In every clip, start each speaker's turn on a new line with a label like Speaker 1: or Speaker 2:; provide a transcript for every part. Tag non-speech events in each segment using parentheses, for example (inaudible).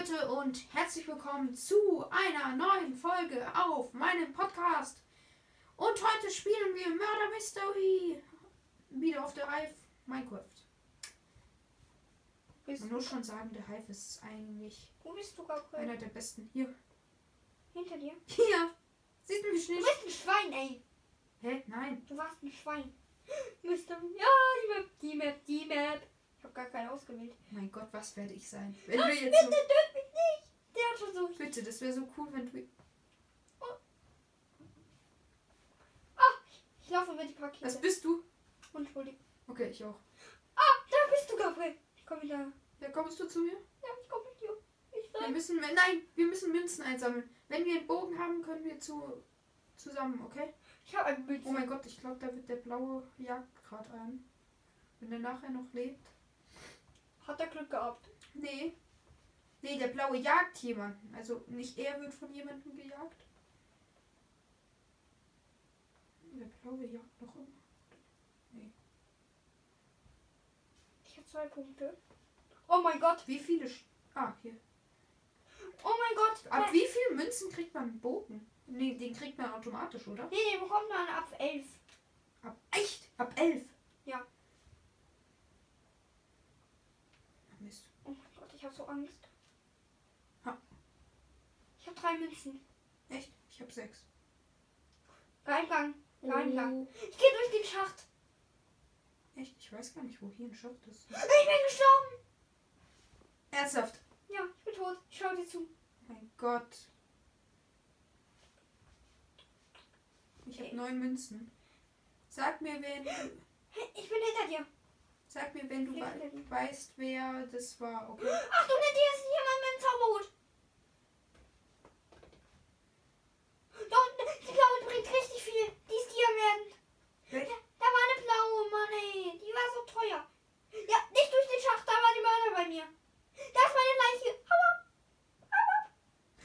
Speaker 1: Leute und herzlich willkommen zu einer neuen Folge auf meinem Podcast. Und heute spielen wir Murder Mystery wieder auf der Hive Minecraft.
Speaker 2: Bist
Speaker 1: Man
Speaker 2: du,
Speaker 1: muss schon sagen, der Hive ist eigentlich
Speaker 2: du bist sogar grün.
Speaker 1: einer der besten. Hier,
Speaker 2: Hinter dir.
Speaker 1: hier, sieht man mich
Speaker 2: Du
Speaker 1: nicht.
Speaker 2: bist ein Schwein, ey.
Speaker 1: Hä, nein.
Speaker 2: Du warst ein Schwein. (gasps) Mister. Ja, die Map, die Map, die Map. Ich hab gar keine ausgewählt.
Speaker 1: Mein Gott, was werde ich sein? Wenn wir jetzt so,
Speaker 2: Bitte töt mich nicht. Der hat versucht.
Speaker 1: bitte, das wäre so cool, wenn du.
Speaker 2: Ich laufe mit die Pakete.
Speaker 1: Was bist du?
Speaker 2: Unschuldig.
Speaker 1: Okay, ich auch.
Speaker 2: Ah, da bist du, Gabriel. Ich komm wieder.
Speaker 1: Ja, kommst du zu mir?
Speaker 2: Ja, ich komm mit dir. Ich
Speaker 1: Wir
Speaker 2: sag.
Speaker 1: müssen, nein, wir müssen Münzen einsammeln. Wenn wir einen Bogen haben, können wir zu, zusammen, okay?
Speaker 2: Ich hab ein Bild.
Speaker 1: Oh mein Gott, ich glaube, da wird der blaue Jagd gerade an. Wenn er nachher noch lebt.
Speaker 2: Hat er Glück gehabt.
Speaker 1: Nee. Nee, der blaue jagt jemanden. Also nicht er wird von jemandem gejagt. Der blaue jagt noch immer.
Speaker 2: Ich hab zwei Punkte. Oh mein Gott.
Speaker 1: Wie viele. Sch ah, hier.
Speaker 2: Oh mein Gott.
Speaker 1: Ab
Speaker 2: Nein.
Speaker 1: wie viel Münzen kriegt man einen Bogen? Nee, den kriegt man automatisch, oder?
Speaker 2: Nee, den bekommt man ab 11.
Speaker 1: Ab echt? Ab elf?
Speaker 2: Ja.
Speaker 1: Ah, Mist.
Speaker 2: Oh mein Gott, ich hab so Angst.
Speaker 1: Ha.
Speaker 2: Ich hab drei Münzen.
Speaker 1: Echt? Ich habe sechs.
Speaker 2: Geheimgang. Geheimgang.
Speaker 1: Oh.
Speaker 2: Ich gehe durch den Schacht.
Speaker 1: Echt? Ich weiß gar nicht, wo hier ein Schacht ist.
Speaker 2: Ich bin gestorben.
Speaker 1: Ernsthaft?
Speaker 2: Ja, ich bin tot. Ich schau dir zu.
Speaker 1: Mein Gott. Ich
Speaker 2: Ey.
Speaker 1: habe neun Münzen. Sag mir, wenn,
Speaker 2: Hey, Ich bin hinter dir.
Speaker 1: sag mir, wenn du
Speaker 2: Links
Speaker 1: wei-
Speaker 2: hinten.
Speaker 1: weißt, wer das war. Okay.
Speaker 2: Achtung, hinter dir ist jemand mit einem Zauberhut. Da unten, die blaue bringt richtig viel. Die ist Diamant.
Speaker 1: Wel-
Speaker 2: Da, da war eine blaue, Mann, ey. Die war so teuer. Ja, nicht durch den Schacht. Da war die Mörder bei mir. Da ist meine Leiche. Hau ab.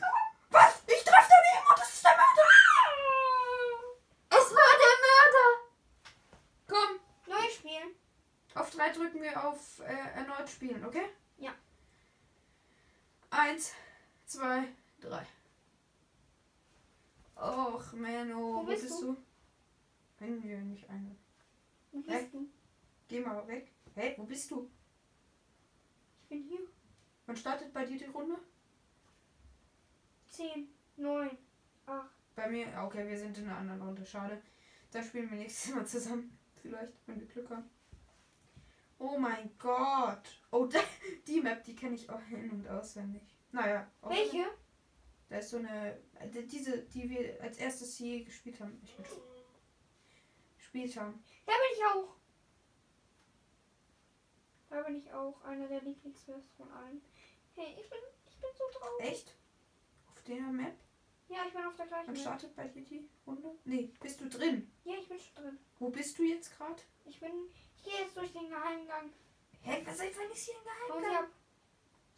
Speaker 2: Hau ab.
Speaker 1: (laughs) Was? Ich treffe daneben und das ist der Mörder. Es war der Mörder.
Speaker 2: Neues Spiel.
Speaker 1: Komm, auf drei drücken wir auf äh, erneut spielen, okay?
Speaker 2: Ja.
Speaker 1: Eins, zwei, drei. Och, Menno,
Speaker 2: Wo bist du?
Speaker 1: Wenn wir nicht ein.
Speaker 2: Wo bist
Speaker 1: Hä?
Speaker 2: du?
Speaker 1: Geh mal weg. Hey, wo bist du?
Speaker 2: Ich bin hier.
Speaker 1: Wann startet bei dir die Runde?
Speaker 2: 10, 9, 8.
Speaker 1: Bei mir? ah, Okay, wir sind in einer anderen Runde. Schade. Dann spielen wir nächstes Mal zusammen. (laughs) Vielleicht, wenn wir Glück haben. Oh mein Gott. Oh, (laughs) da, die Map, die kenne ich auch hin und auswendig. Naja. auch-
Speaker 2: Welche?
Speaker 1: Da ist so eine... äh, Diese, die wir als erstes hier gespielt haben. Ich bin gespielt haben.
Speaker 2: Da bin ich auch. Da bin ich auch einer der Lieblingsmaps von allen. Hey, ich bin, ich bin so traurig.
Speaker 1: Echt? Auf der Map?
Speaker 2: Ja, ich bin auf der gleichen
Speaker 1: Wann
Speaker 2: Map.
Speaker 1: startet bei dir die Runde? Nee, bist du drin?
Speaker 2: Ja, ich bin schon drin.
Speaker 1: Wo bist du jetzt gerade?
Speaker 2: Ich bin, ich gehe jetzt durch den Geheimgang.
Speaker 1: Hä, was seit wann ist hier ein
Speaker 2: Hau sie
Speaker 1: Geheimgang?
Speaker 2: ab.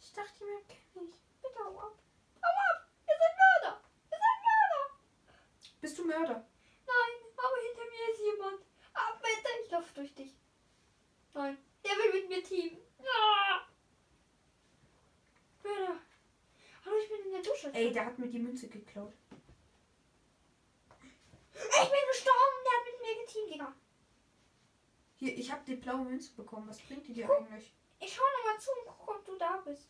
Speaker 1: Ich dachte, die Map kenne ich.
Speaker 2: Bitte hau ab. Hau ab! Ihr seid Mörder! Ihr seid Mörder!
Speaker 1: Bist du Mörder?
Speaker 2: Nein, aber hinter mir ist jemand. Ab bitte, ich laufe durch dich. Nein, der will mit mir teamen. Ah! Mörder. Hallo, ich bin in der Dusche.
Speaker 1: Ey, der hat mir die Münze geklaut.
Speaker 2: Ich bin gestorben, der hat mit mir geteamt, Digga.
Speaker 1: Hier, ich habe die blaue Münze bekommen. Was bringt die dir
Speaker 2: Guck.
Speaker 1: eigentlich?
Speaker 2: Ich schau nochmal zu und guck, ob du da bist.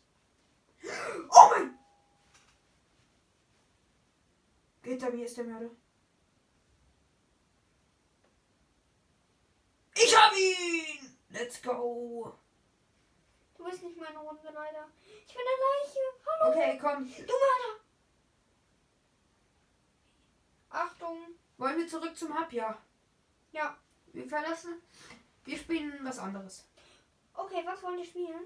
Speaker 1: Oh mein! Hinter mir ist der Mörder. Ich hab ihn! Let's go!
Speaker 2: Du bist nicht meine Runde, leider. Ich bin eine Leiche. Hallo.
Speaker 1: Okay, komm.
Speaker 2: Du Mörder. Achtung.
Speaker 1: Wollen wir zurück zum Hub? Ja.
Speaker 2: Ja.
Speaker 1: Wir verlassen. Wir spielen was anderes.
Speaker 2: Okay, was wollen wir spielen?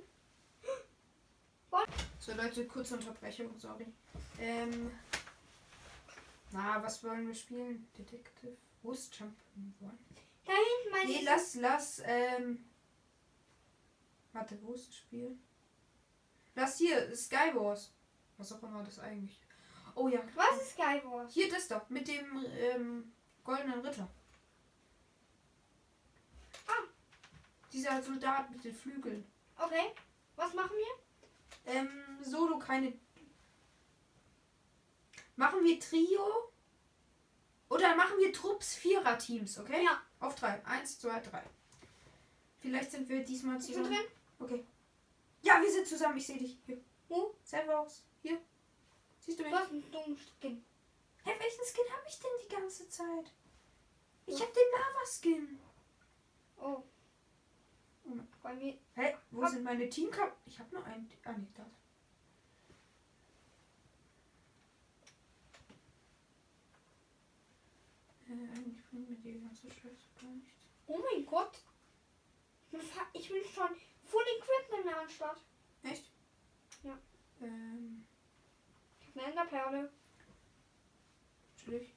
Speaker 1: So, Leute, kurze Unterbrechung, sorry. Ähm. Na, was wollen wir spielen? Detective. Wo ist Jump'n'Run?
Speaker 2: Da hinten meine
Speaker 1: Nee,
Speaker 2: ich.
Speaker 1: lass, lass, ähm. Warte, wo ist das Spiel? Lass hier, Skywars. Was auch immer das eigentlich. Oh ja.
Speaker 2: Was ist Skywars?
Speaker 1: Hier das doch, mit dem ähm, goldenen Ritter.
Speaker 2: Ah.
Speaker 1: Dieser Soldat mit den Flügeln.
Speaker 2: Okay. Was machen wir?
Speaker 1: Ähm, Solo, kein eine. Machen wir Trio? Oder machen wir Trupps Vierer-Teams, okay?
Speaker 2: Ja.
Speaker 1: Auf drei. Eins, zwei, drei. Vielleicht sind wir diesmal
Speaker 2: Ich bin
Speaker 1: zusammen.
Speaker 2: drin.
Speaker 1: Okay. Ja, wir sind zusammen. Ich sehe dich. Hier.
Speaker 2: Wo?
Speaker 1: Servus. Hier. Siehst du
Speaker 2: Du
Speaker 1: mich?
Speaker 2: hast einen dummen Skin.
Speaker 1: Hä, welchen Skin habe ich denn die ganze Zeit? Ich
Speaker 2: Ja.
Speaker 1: habe den Lava-Skin.
Speaker 2: Oh.
Speaker 1: Mhm.
Speaker 2: Bei mir.
Speaker 1: Hä, wo
Speaker 2: Hab-
Speaker 1: sind meine Teamkap? Ich habe nur einen. Ah, nee, da. Äh, eigentlich bringt mir die ganze Scheiße gar nichts.
Speaker 2: Oh mein Gott. Ich bin fa- Ich bin schon full equipment mehr am Start.
Speaker 1: Echt?
Speaker 2: Ja.
Speaker 1: Ähm,
Speaker 2: Ich hab eine Enderperle.
Speaker 1: natürlich.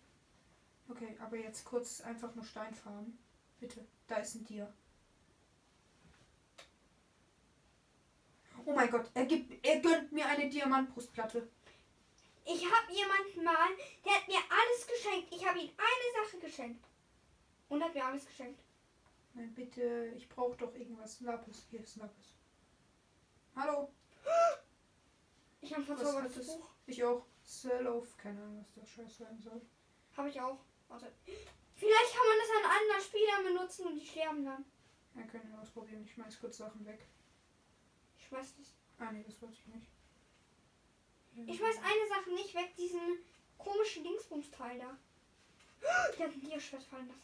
Speaker 1: Okay, aber jetzt kurz einfach nur Stein farmen. Bitte. Da ist ein Tier. Oh mein Gott, er gibt, er gönnt mir eine Diamantbrustplatte.
Speaker 2: Ich hab jemanden mal, der hat mir alles geschenkt. Ich habe ihm eine Sache geschenkt. Und hat mir alles geschenkt.
Speaker 1: Nein, bitte, ich brauche doch irgendwas. Lapis, hier ist Lapis. Hallo,
Speaker 2: Ich habe ein
Speaker 1: Was
Speaker 2: verzaubertes
Speaker 1: hat es?
Speaker 2: Buch.
Speaker 1: ich auch. Sellof, keine Ahnung, was das Scheiß sein soll.
Speaker 2: Habe ich auch. Warte. Vielleicht kann man das an anderen Spielern benutzen und die sterben dann.
Speaker 1: Ja, können wir ausprobieren. Ich schmeiß kurz Sachen weg.
Speaker 2: Ich schmeiß das.
Speaker 1: Ah, nee, das wollte ich nicht.
Speaker 2: Ich schmeiß eine Sache nicht weg, diesen komischen Dingsbums-Teil da. Der hat ein Dierschwert fallen lassen.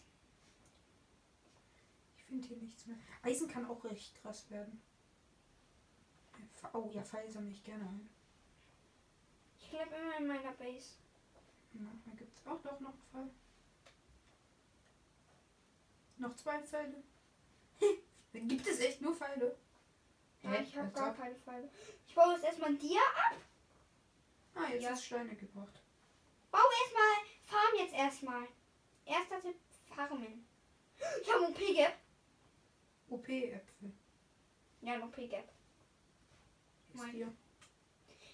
Speaker 1: Ich finde hier nichts mehr. Eisen kann auch richtig krass werden. Fe- Oh ja, Pfeil sammle ich gerne ein.
Speaker 2: Ich bleib immer in meiner Base.
Speaker 1: Manchmal gibt es auch doch noch einen Pfeil. Noch zwei Pfeile. (laughs) gibt es echt nur Pfeile?
Speaker 2: Ja, ich habe
Speaker 1: Als
Speaker 2: gar
Speaker 1: ob.
Speaker 2: keine Pfeile. Ich baue jetzt erstmal ein Dier ab.
Speaker 1: Ah, jetzt
Speaker 2: Ja.
Speaker 1: hast du Steine gebracht.
Speaker 2: Baue erstmal, farm jetzt erstmal. Erster Tipp, farmen. Ich habe ein P-Gap.
Speaker 1: OP-Äpfel.
Speaker 2: Ja, ein OP-Gap.
Speaker 1: Ist
Speaker 2: Mein-
Speaker 1: hier.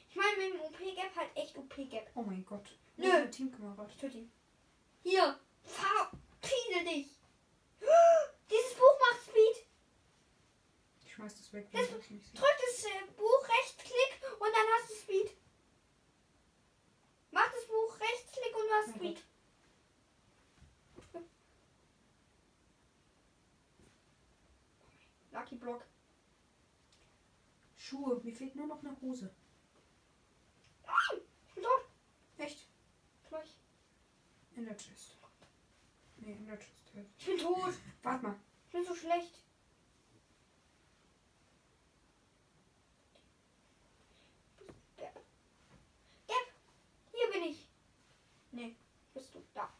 Speaker 2: Ich meine, mit dem OP-Gap halt echt OP-Gap.
Speaker 1: Oh mein Gott.
Speaker 2: Nö.
Speaker 1: Nö. Teamkamerad.
Speaker 2: Ich töte ihn. Hier, verpiesel dich. Dieses Buch macht Speed.
Speaker 1: Ich schmeiß das weg.
Speaker 2: Das-
Speaker 1: wenn ich nicht sehe.
Speaker 2: Drück das äh, Buch, Rechtsklick und dann hast du Speed. Mach das Buch, Rechtsklick und du hast
Speaker 1: Mein
Speaker 2: Speed. (laughs) Lucky Block.
Speaker 1: Schuhe. Mir fehlt nur noch eine Hose.
Speaker 2: Ah, ich bin tot.
Speaker 1: Echt?
Speaker 2: Gleich.
Speaker 1: In der Chest. Nee, in der Chest. ja.
Speaker 2: Ich bin tot.
Speaker 1: Warte mal.
Speaker 2: Ich bin so schlecht. Gap. Gap. Hier bin ich. Nee, bist du da.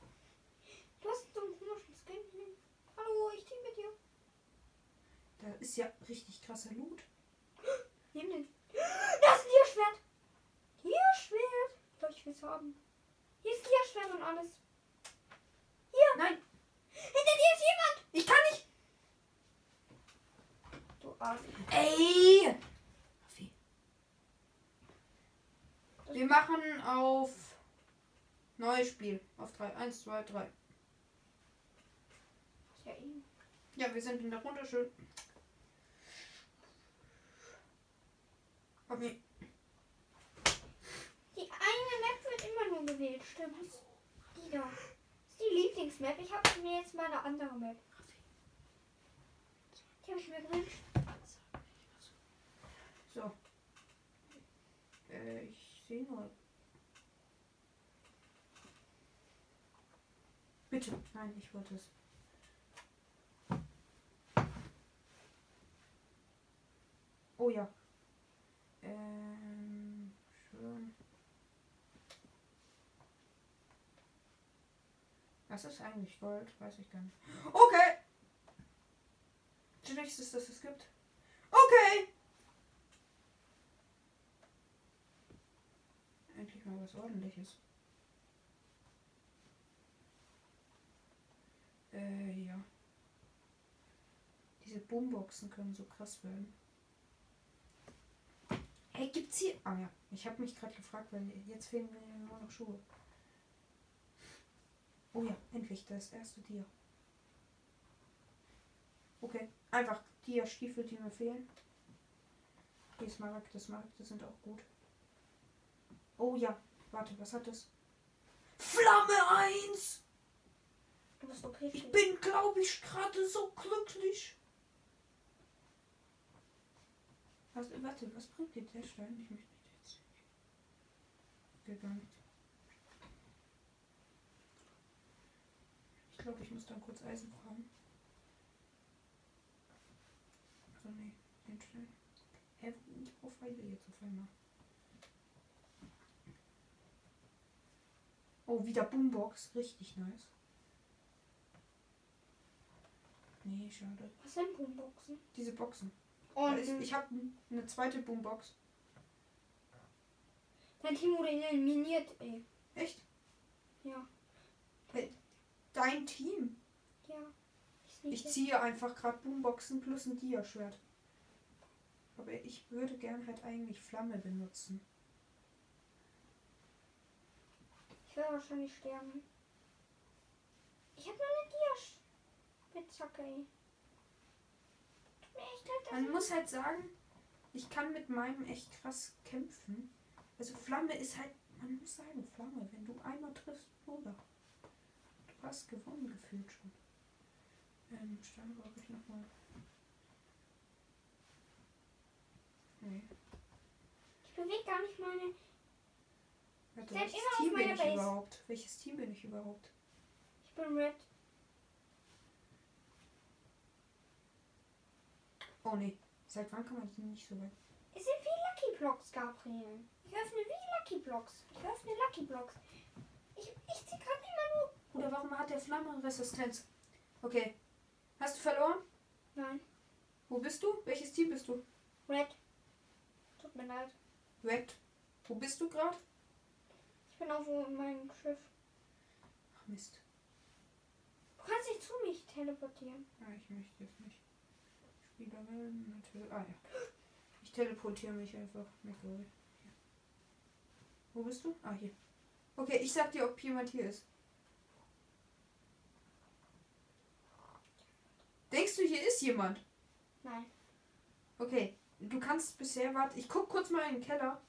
Speaker 2: Du hast so einen komischen Skin. Hm. Hallo, ich team mit dir.
Speaker 1: Da ist ja richtig krasser Loot.
Speaker 2: Nimm den. Das ist ein Tierschwert. Tierschwert. Ich glaube, ich will es haben. Hier ist Tierschwert und alles. Hier.
Speaker 1: Nein.
Speaker 2: Hinter dir ist jemand.
Speaker 1: Ich kann nicht.
Speaker 2: Du Arsch.
Speaker 1: Ey! Wir machen auf neues Spiel. Auf 3. 1, 2, 3.
Speaker 2: Ja, eh. ihn.
Speaker 1: Ja, wir sind in der Runde schön. Okay.
Speaker 2: Die eine Map wird immer nur gewählt, stimmt's? Die da. Das ist die Lieblingsmap. Ich habe mir jetzt mal eine andere Map. Die habe ich mir gewünscht.
Speaker 1: So. Äh, ich sehe nur. Bitte. Nein, ich wollte es. Oh ja. Ähm, schön. Was ist eigentlich Gold? Weiß ich gar nicht. Okay. Das nächste, das es gibt. Okay. Endlich mal was ordentliches. Äh, ja. Diese Boomboxen können so krass werden. Hey, gibt's hier. Ah ja, ich habe mich gerade gefragt, weil jetzt fehlen mir nur noch Schuhe. Oh ja, endlich, das erste Tier. Okay, einfach Tierstiefel, die mir fehlen. Die Smaragde, Smaragde sind auch gut. Oh ja. Warte, was hat das? Flamme 1!
Speaker 2: Du bist okay.
Speaker 1: Ich bin, glaube ich, gerade so glücklich. Was, äh, warte, was bringt dir der Stein? Ich möchte nicht jetzt. Geht gar nicht. Ich glaube, ich muss dann kurz Eisen haben. Also nee, den Stein. Hä, ich brauche Pfeile jetzt auf einmal. Oh, wieder Boombox. Richtig nice. Nee, schade.
Speaker 2: Was sind Boomboxen?
Speaker 1: Diese Boxen.
Speaker 2: Und
Speaker 1: Oh, ich ich habe eine zweite Boombox.
Speaker 2: dein Timo den eliminiert, ey.
Speaker 1: Echt?
Speaker 2: Ja.
Speaker 1: Dein Team.
Speaker 2: Ja. Ich sehe
Speaker 1: Ich ziehe einfach gerade Boomboxen plus ein Dia-Schwert. Aber ich würde gern halt eigentlich Flamme benutzen.
Speaker 2: Ich werde wahrscheinlich sterben. Ich habe nur eine Diasch. Spitzhacke, ey. Tut mir echt leid, dass
Speaker 1: Man
Speaker 2: ich-
Speaker 1: muss halt sagen, ich kann mit meinem echt krass kämpfen. Also Flamme ist halt, man muss sagen, Flamme, wenn du einmal triffst, Bruder. Du hast gewonnen gefühlt schon. Ähm, Stein brauche ich nochmal. Nee.
Speaker 2: Ich bewege gar nicht meine.
Speaker 1: Warte,
Speaker 2: Bleib
Speaker 1: welches
Speaker 2: immer auf
Speaker 1: Team bin
Speaker 2: meiner
Speaker 1: ich
Speaker 2: Base.
Speaker 1: überhaupt? Welches Team bin ich überhaupt?
Speaker 2: Ich bin red.
Speaker 1: Oh nee. Seit wann kann man die nicht so weit?
Speaker 2: Es sind wie Lucky Blocks, Gabriel. Ich öffne wie Lucky Blocks. Ich öffne Lucky Blocks. Ich, ich ziehe gerade immer nur.
Speaker 1: Bruder, warum hat der Flamme Resistenz? Okay. Hast du verloren?
Speaker 2: Nein.
Speaker 1: Wo bist du? Welches Team bist du?
Speaker 2: Red. Tut mir leid.
Speaker 1: Red. Wo bist du gerade?
Speaker 2: Ich bin auf meinem Schiff.
Speaker 1: Ach Mist.
Speaker 2: Du kannst dich zu mich teleportieren.
Speaker 1: Ah, ich möchte jetzt nicht. Spielerin, natürlich. Ah ja. Ich teleportiere mich einfach. McGory. Hier. Wo bist du? Ah, hier. Okay, ich sag dir, ob jemand hier ist. Denkst du, hier ist jemand?
Speaker 2: Nein.
Speaker 1: Okay, du kannst bisher warten. Ich guck kurz mal in den Keller.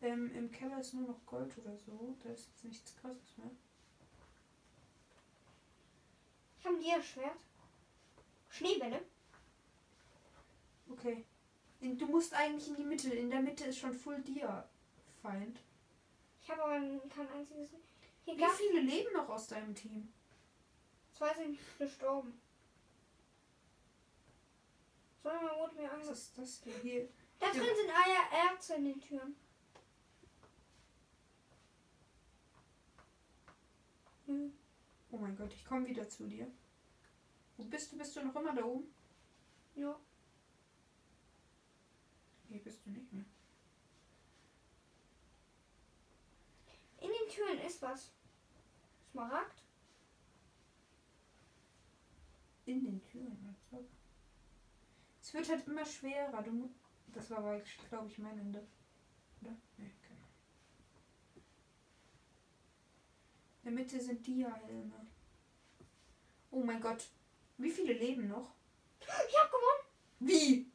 Speaker 1: Ähm, im Keller ist nur noch Gold oder so. Da ist jetzt nichts krasses mehr.
Speaker 2: Ich habe ein Diaschwert. Schneebälle.
Speaker 1: Okay. Du musst eigentlich in die Mitte. In der Mitte ist schon Full Dia Feind.
Speaker 2: Ich habe aber kein einziges. Hier
Speaker 1: Wie
Speaker 2: gab
Speaker 1: viele leben noch aus deinem Team?
Speaker 2: zwei sind gestorben. Sondern man wurde mir
Speaker 1: Was ist
Speaker 2: Angst.
Speaker 1: das hier? hier?
Speaker 2: Da drin sind Eier Erze in den Türen. Hm.
Speaker 1: Oh mein Gott, ich komme wieder zu dir. Wo bist du? Bist du noch immer da oben?
Speaker 2: Ja.
Speaker 1: Nee, bist du nicht mehr.
Speaker 2: In den Türen ist was. Smaragd?
Speaker 1: In den Türen, als ob. Es wird halt immer schwerer. Du, mu- das war, glaube ich, mein Ende. Oder? Nee, keine Ahnung. In der Mitte sind Dia-Helme. Oh mein Gott. Wie viele leben noch?
Speaker 2: Ich hab gewonnen.
Speaker 1: Wie?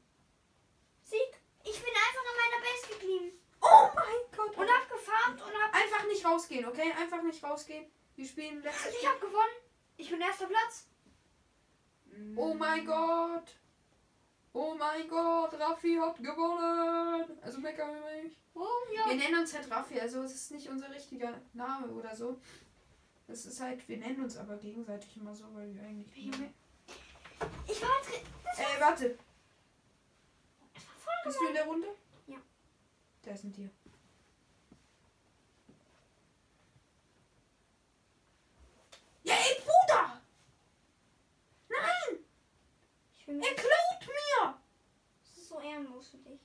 Speaker 2: Sieg. Ich bin einfach an meiner Base geblieben.
Speaker 1: Oh mein Gott.
Speaker 2: Und hab gefarmt und hab.
Speaker 1: einfach nicht rausgehen, okay? Einfach nicht rausgehen. Wir spielen letztes
Speaker 2: Ich hab gewonnen. Ich bin erster Platz. Hm.
Speaker 1: Oh mein Gott! Oh mein Gott, Raffi hat gewonnen! Also mecker wir mich.
Speaker 2: oh,
Speaker 1: Wir nennen uns halt Raffi, also es ist nicht unser richtiger Name oder so. Es ist halt, wir nennen uns aber gegenseitig immer so, weil wir eigentlich.
Speaker 2: Junge. Ich war drin.
Speaker 1: Ey, warte,
Speaker 2: Das war voll
Speaker 1: bist du in der Runde?
Speaker 2: Ja.
Speaker 1: Da ist ein Tier. Ja, ey, Bruder! Nein!
Speaker 2: Ich bin
Speaker 1: Er klaut mir!
Speaker 2: Das ist so ehrenlos für dich.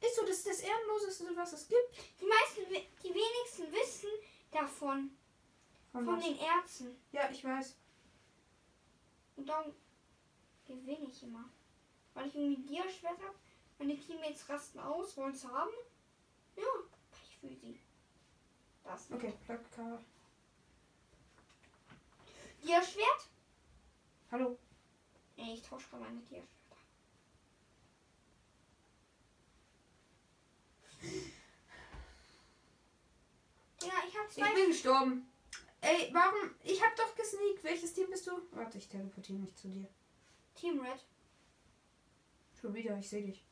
Speaker 1: Ist so, das ist das Ehrenloseste, was es gibt.
Speaker 2: Die meisten, wi- die wenigsten wissen davon. Von den Ärzten.
Speaker 1: Ja, ich weiß.
Speaker 2: Und darum gewinne ich immer. Weil ich irgendwie dir schwert habe. Meine Teammates rasten aus, wollen es haben. Ja, Pech für sie. Das.
Speaker 1: Okay, Plakat.
Speaker 2: Dir Schwert?
Speaker 1: Hallo.
Speaker 2: Nee, ich tausche gerade meine Dir Schwerter.
Speaker 1: bin gestorben. Ey, warum? Ich hab doch gesneakt. Welches Team bist du? Warte, ich teleportiere mich zu dir.
Speaker 2: Team Red.
Speaker 1: Schon wieder, ich sehe (laughs) dich.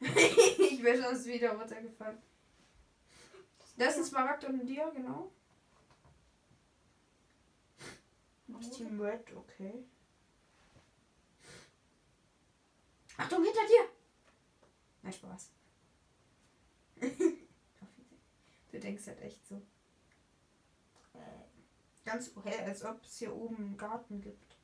Speaker 1: ich wäre sonst wieder runtergefallen. Das ist ein Smaragd und ein Dia, genau. Das Team Red, okay. Achtung, hinter dir! Nein, (laughs) Spaß. du denkst halt echt so. Äh, Ganz hell, als ob es hier oben einen Garten gibt.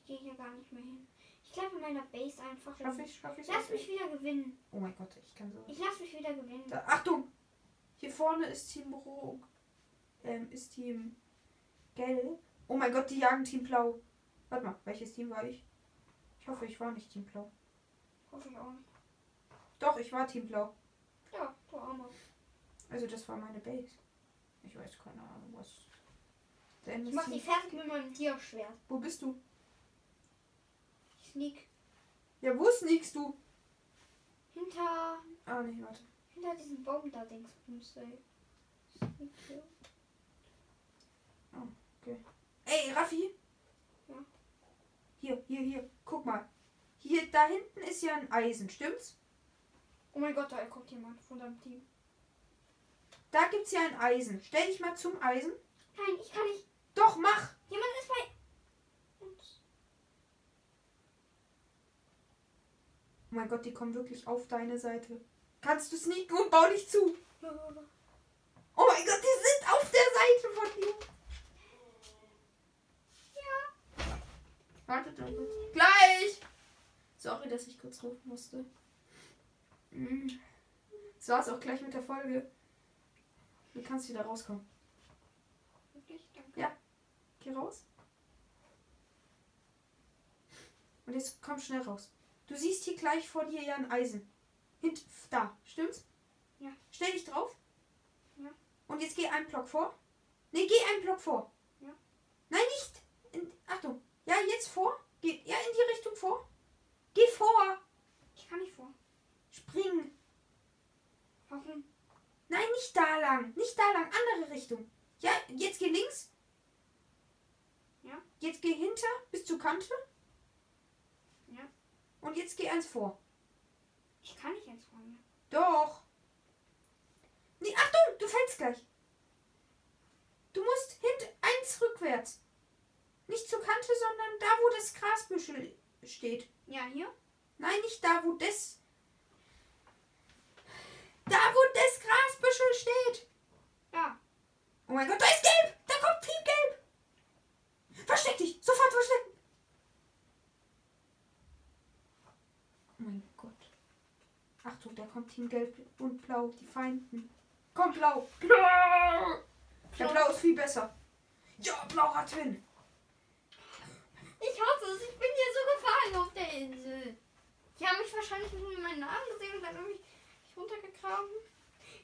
Speaker 2: Ich gehe hier gar nicht mehr hin. Ich glaube in meiner Base einfach.
Speaker 1: Schaff ich, schaff ich.
Speaker 2: Lass mich wieder gewinnen.
Speaker 1: Oh mein Gott, ich kann so.
Speaker 2: Ich lass mich wieder gewinnen.
Speaker 1: Da, Äh, Achtung! Hier vorne ist Team Rot. Ähm, ist Team Gelb. Oh mein Gott, die jagen Team Blau. Warte mal, welches Team war ich? Ich hoffe, ich war nicht Team Blau.
Speaker 2: Hoffe ich auch nicht.
Speaker 1: Doch, ich war Team Blau.
Speaker 2: Ja, du Armer.
Speaker 1: Also das war meine Base. Ich weiß keine Ahnung, was. Denn das
Speaker 2: Ich mach
Speaker 1: Team-
Speaker 2: dich fertig mit meinem Tierschwert.
Speaker 1: Wo bist du?
Speaker 2: Ich sneak
Speaker 1: Ja, wo sneakst du?
Speaker 2: hinter.
Speaker 1: Ah, nee, warte.
Speaker 2: hinter diesem Baum da Dingsbums, ey. Sneak hier.
Speaker 1: Ey, Raffi?
Speaker 2: Ja.
Speaker 1: Hier, hier, hier. Guck mal. Hier, da hinten ist ja ein Eisen, stimmt's?
Speaker 2: Oh mein Gott, da kommt jemand von deinem Team.
Speaker 1: Da gibt's ja ein Eisen. Stell dich mal zum Eisen.
Speaker 2: Nein, ich kann nicht.
Speaker 1: Doch, mach!
Speaker 2: Jemand ist bei uns.
Speaker 1: Oh mein Gott, die kommen wirklich auf deine Seite. Kannst du sneaken und bau dich zu. Oh mein Gott, die sind auf der Seite von dir.
Speaker 2: Ja.
Speaker 1: Wartet mal kurz. Gleich! Sorry, dass ich kurz rufen musste. Mm. Das war's auch gleich mit der Folge. Du kannst wieder rauskommen.
Speaker 2: Wirklich? Danke.
Speaker 1: Geh raus. Und jetzt komm schnell raus. Du siehst hier gleich vor dir ja ein Eisen. Hint da, stimmt's?
Speaker 2: Ja.
Speaker 1: Stell dich drauf.
Speaker 2: Ja.
Speaker 1: Und jetzt geh einen Block vor. Nee, geh einen Block vor.
Speaker 2: Ja.
Speaker 1: Nein, nicht. In, Achtung. Ja, jetzt vor. Geh ja in die Richtung vor. Geh vor.
Speaker 2: Ich kann nicht vor.
Speaker 1: Spring.
Speaker 2: Warum?
Speaker 1: Nein, nicht da lang. Nicht da lang. Andere Richtung. Ja, jetzt geh links.
Speaker 2: Ja.
Speaker 1: Jetzt geh hinter bis zur Kante.
Speaker 2: Ja.
Speaker 1: Und jetzt geh eins vor.
Speaker 2: Ich kann nicht jetzt vor mir.
Speaker 1: Doch. Nee, Achtung, du fällst gleich. Du musst hint eins rückwärts. Nicht zur Kante, sondern da, wo das Grasbüschel steht.
Speaker 2: Ja, hier?
Speaker 1: Nein, nicht da, wo das. Da, wo das Grasbüschel steht.
Speaker 2: Ja.
Speaker 1: Oh mein Gott, da ist gelb! Da kommt Team gelb! Versteck dich! Sofort verstecken! Oh mein Gott. Achtung, da kommt Team gelb und blau, die Feinden. Komm, blau! Blau! Der blau ist viel besser. Ja, blau hat hin.
Speaker 2: Ich hasse es. Ich bin hier so gefangen auf der Insel. Die haben mich wahrscheinlich irgendwie meinen Namen gesehen und dann irgendwie mich runtergegraben.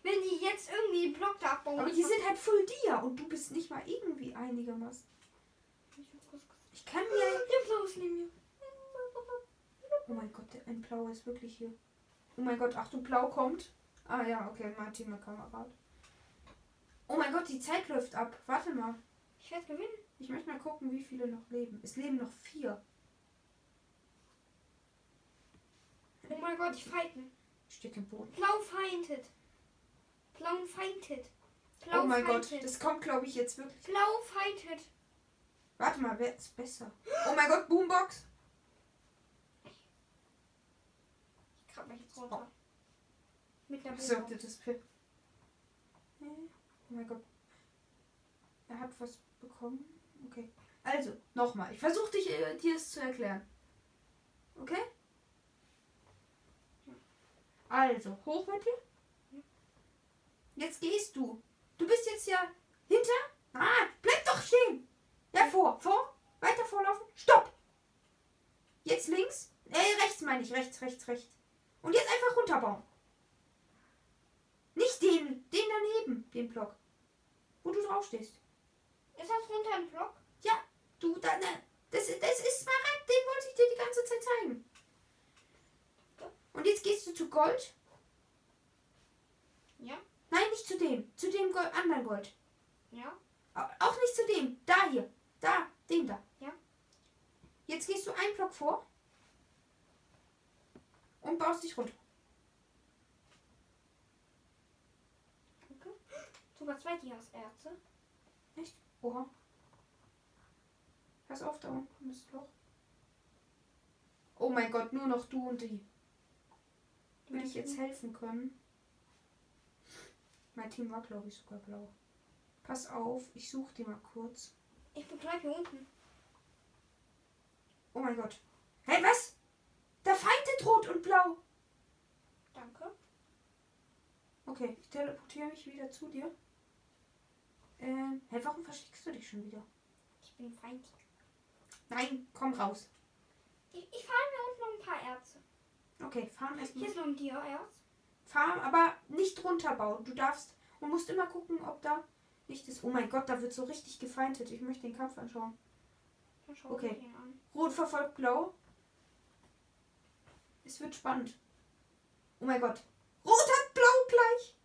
Speaker 2: Wenn die jetzt irgendwie den Block da abbauen.
Speaker 1: Aber die sind halt voll dir und du bist nicht mal irgendwie einigermaßen.
Speaker 2: Ich hab kurz gesagt,
Speaker 1: Ich kann
Speaker 2: Ja,
Speaker 1: mir.
Speaker 2: der Klaus neben mir.
Speaker 1: Oh mein Gott, der- ein blauer ist wirklich hier. Oh mein Gott, Achtung, blau kommt. Ah ja, okay, mein Teamkamerad. Oh mein Gott, die Zeit läuft ab. Warte mal.
Speaker 2: Ich werde gewinnen.
Speaker 1: Ich möchte mal gucken, wie viele noch leben. Es leben noch vier.
Speaker 2: Oh mein Gott, ich feiten.
Speaker 1: Ich steck im Boden.
Speaker 2: Blau feindet. Blau feindet. Blau
Speaker 1: Oh mein Gott,
Speaker 2: feindet.
Speaker 1: das kommt, glaube ich, jetzt wirklich.
Speaker 2: Blau feindet.
Speaker 1: Warte mal, wer ist besser? Oh mein Gott, Boombox.
Speaker 2: Ich grab mich jetzt runter. Mit der
Speaker 1: Was sollte
Speaker 2: Bombe.
Speaker 1: das für... Hä? Oh mein Gott. Er hat was bekommen. Okay. Also, nochmal. Ich versuche dich, äh, dir es zu erklären. Okay? Also, hoch mit dir. Jetzt gehst du. Du bist jetzt ja hinter. Ah, bleib doch stehen. Ja, vor, vor. Weiter vorlaufen. Stopp. Jetzt links. Äh, rechts meine ich. Rechts, rechts, rechts. Und jetzt einfach runterbauen. Nicht den, den daneben, den Block. Wo du draufstehst.
Speaker 2: Ist das runter im Block?
Speaker 1: Ja, du, da, ne, das, das ist Smaragd, den wollte ich dir die ganze Zeit zeigen. Und jetzt gehst du zu Gold.
Speaker 2: Ja.
Speaker 1: Nein, nicht zu dem. Zu dem Gold, anderen Gold.
Speaker 2: Ja?
Speaker 1: Au- Auch nicht zu dem. Da hier. Da. Dem da.
Speaker 2: Ja.
Speaker 1: Jetzt gehst du einen Block vor. Und baust dich runter.
Speaker 2: Danke. Sogar zwei Dias-Erze.
Speaker 1: Oha. Pass auf, da unten kommt das Loch. Oh mein Gott, nur noch du und die. Will ich
Speaker 2: Mhm.
Speaker 1: jetzt helfen können? Mein Team war, glaube ich, sogar blau. Pass auf, ich suche die mal kurz.
Speaker 2: Ich bin gleich hier unten.
Speaker 1: Oh mein Gott. Hey, was? Der Feind ist rot und blau.
Speaker 2: Danke.
Speaker 1: Okay, ich teleportiere mich wieder zu dir. Ähm, hey, warum versteckst du dich schon wieder?
Speaker 2: Ich bin feindlich.
Speaker 1: Nein, komm raus.
Speaker 2: Ich, ich fahre mir unten noch ein paar Erze.
Speaker 1: Okay, fahren erstmal.
Speaker 2: Hier ist noch ein Dia-Erz.
Speaker 1: Farm, aber nicht runterbauen. Du darfst und musst immer gucken, ob da nicht ist. Oh mein Gott, da wird so richtig gefeindet. Ich möchte den Kampf anschauen.
Speaker 2: Dann schauen
Speaker 1: Okay.
Speaker 2: wir ihn an.
Speaker 1: Rot verfolgt Blau. Es wird spannend. Oh mein Gott. Rot hat Blau gleich.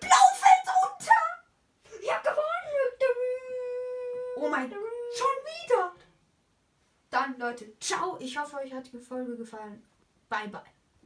Speaker 1: Blau fällt runter.
Speaker 2: Ich hab gewonnen! Victory!
Speaker 1: Oh mein-
Speaker 2: Victory!
Speaker 1: Schon wieder. Dann, Leute, ciao. Ich hoffe, euch hat die Folge gefallen. Bye, bye.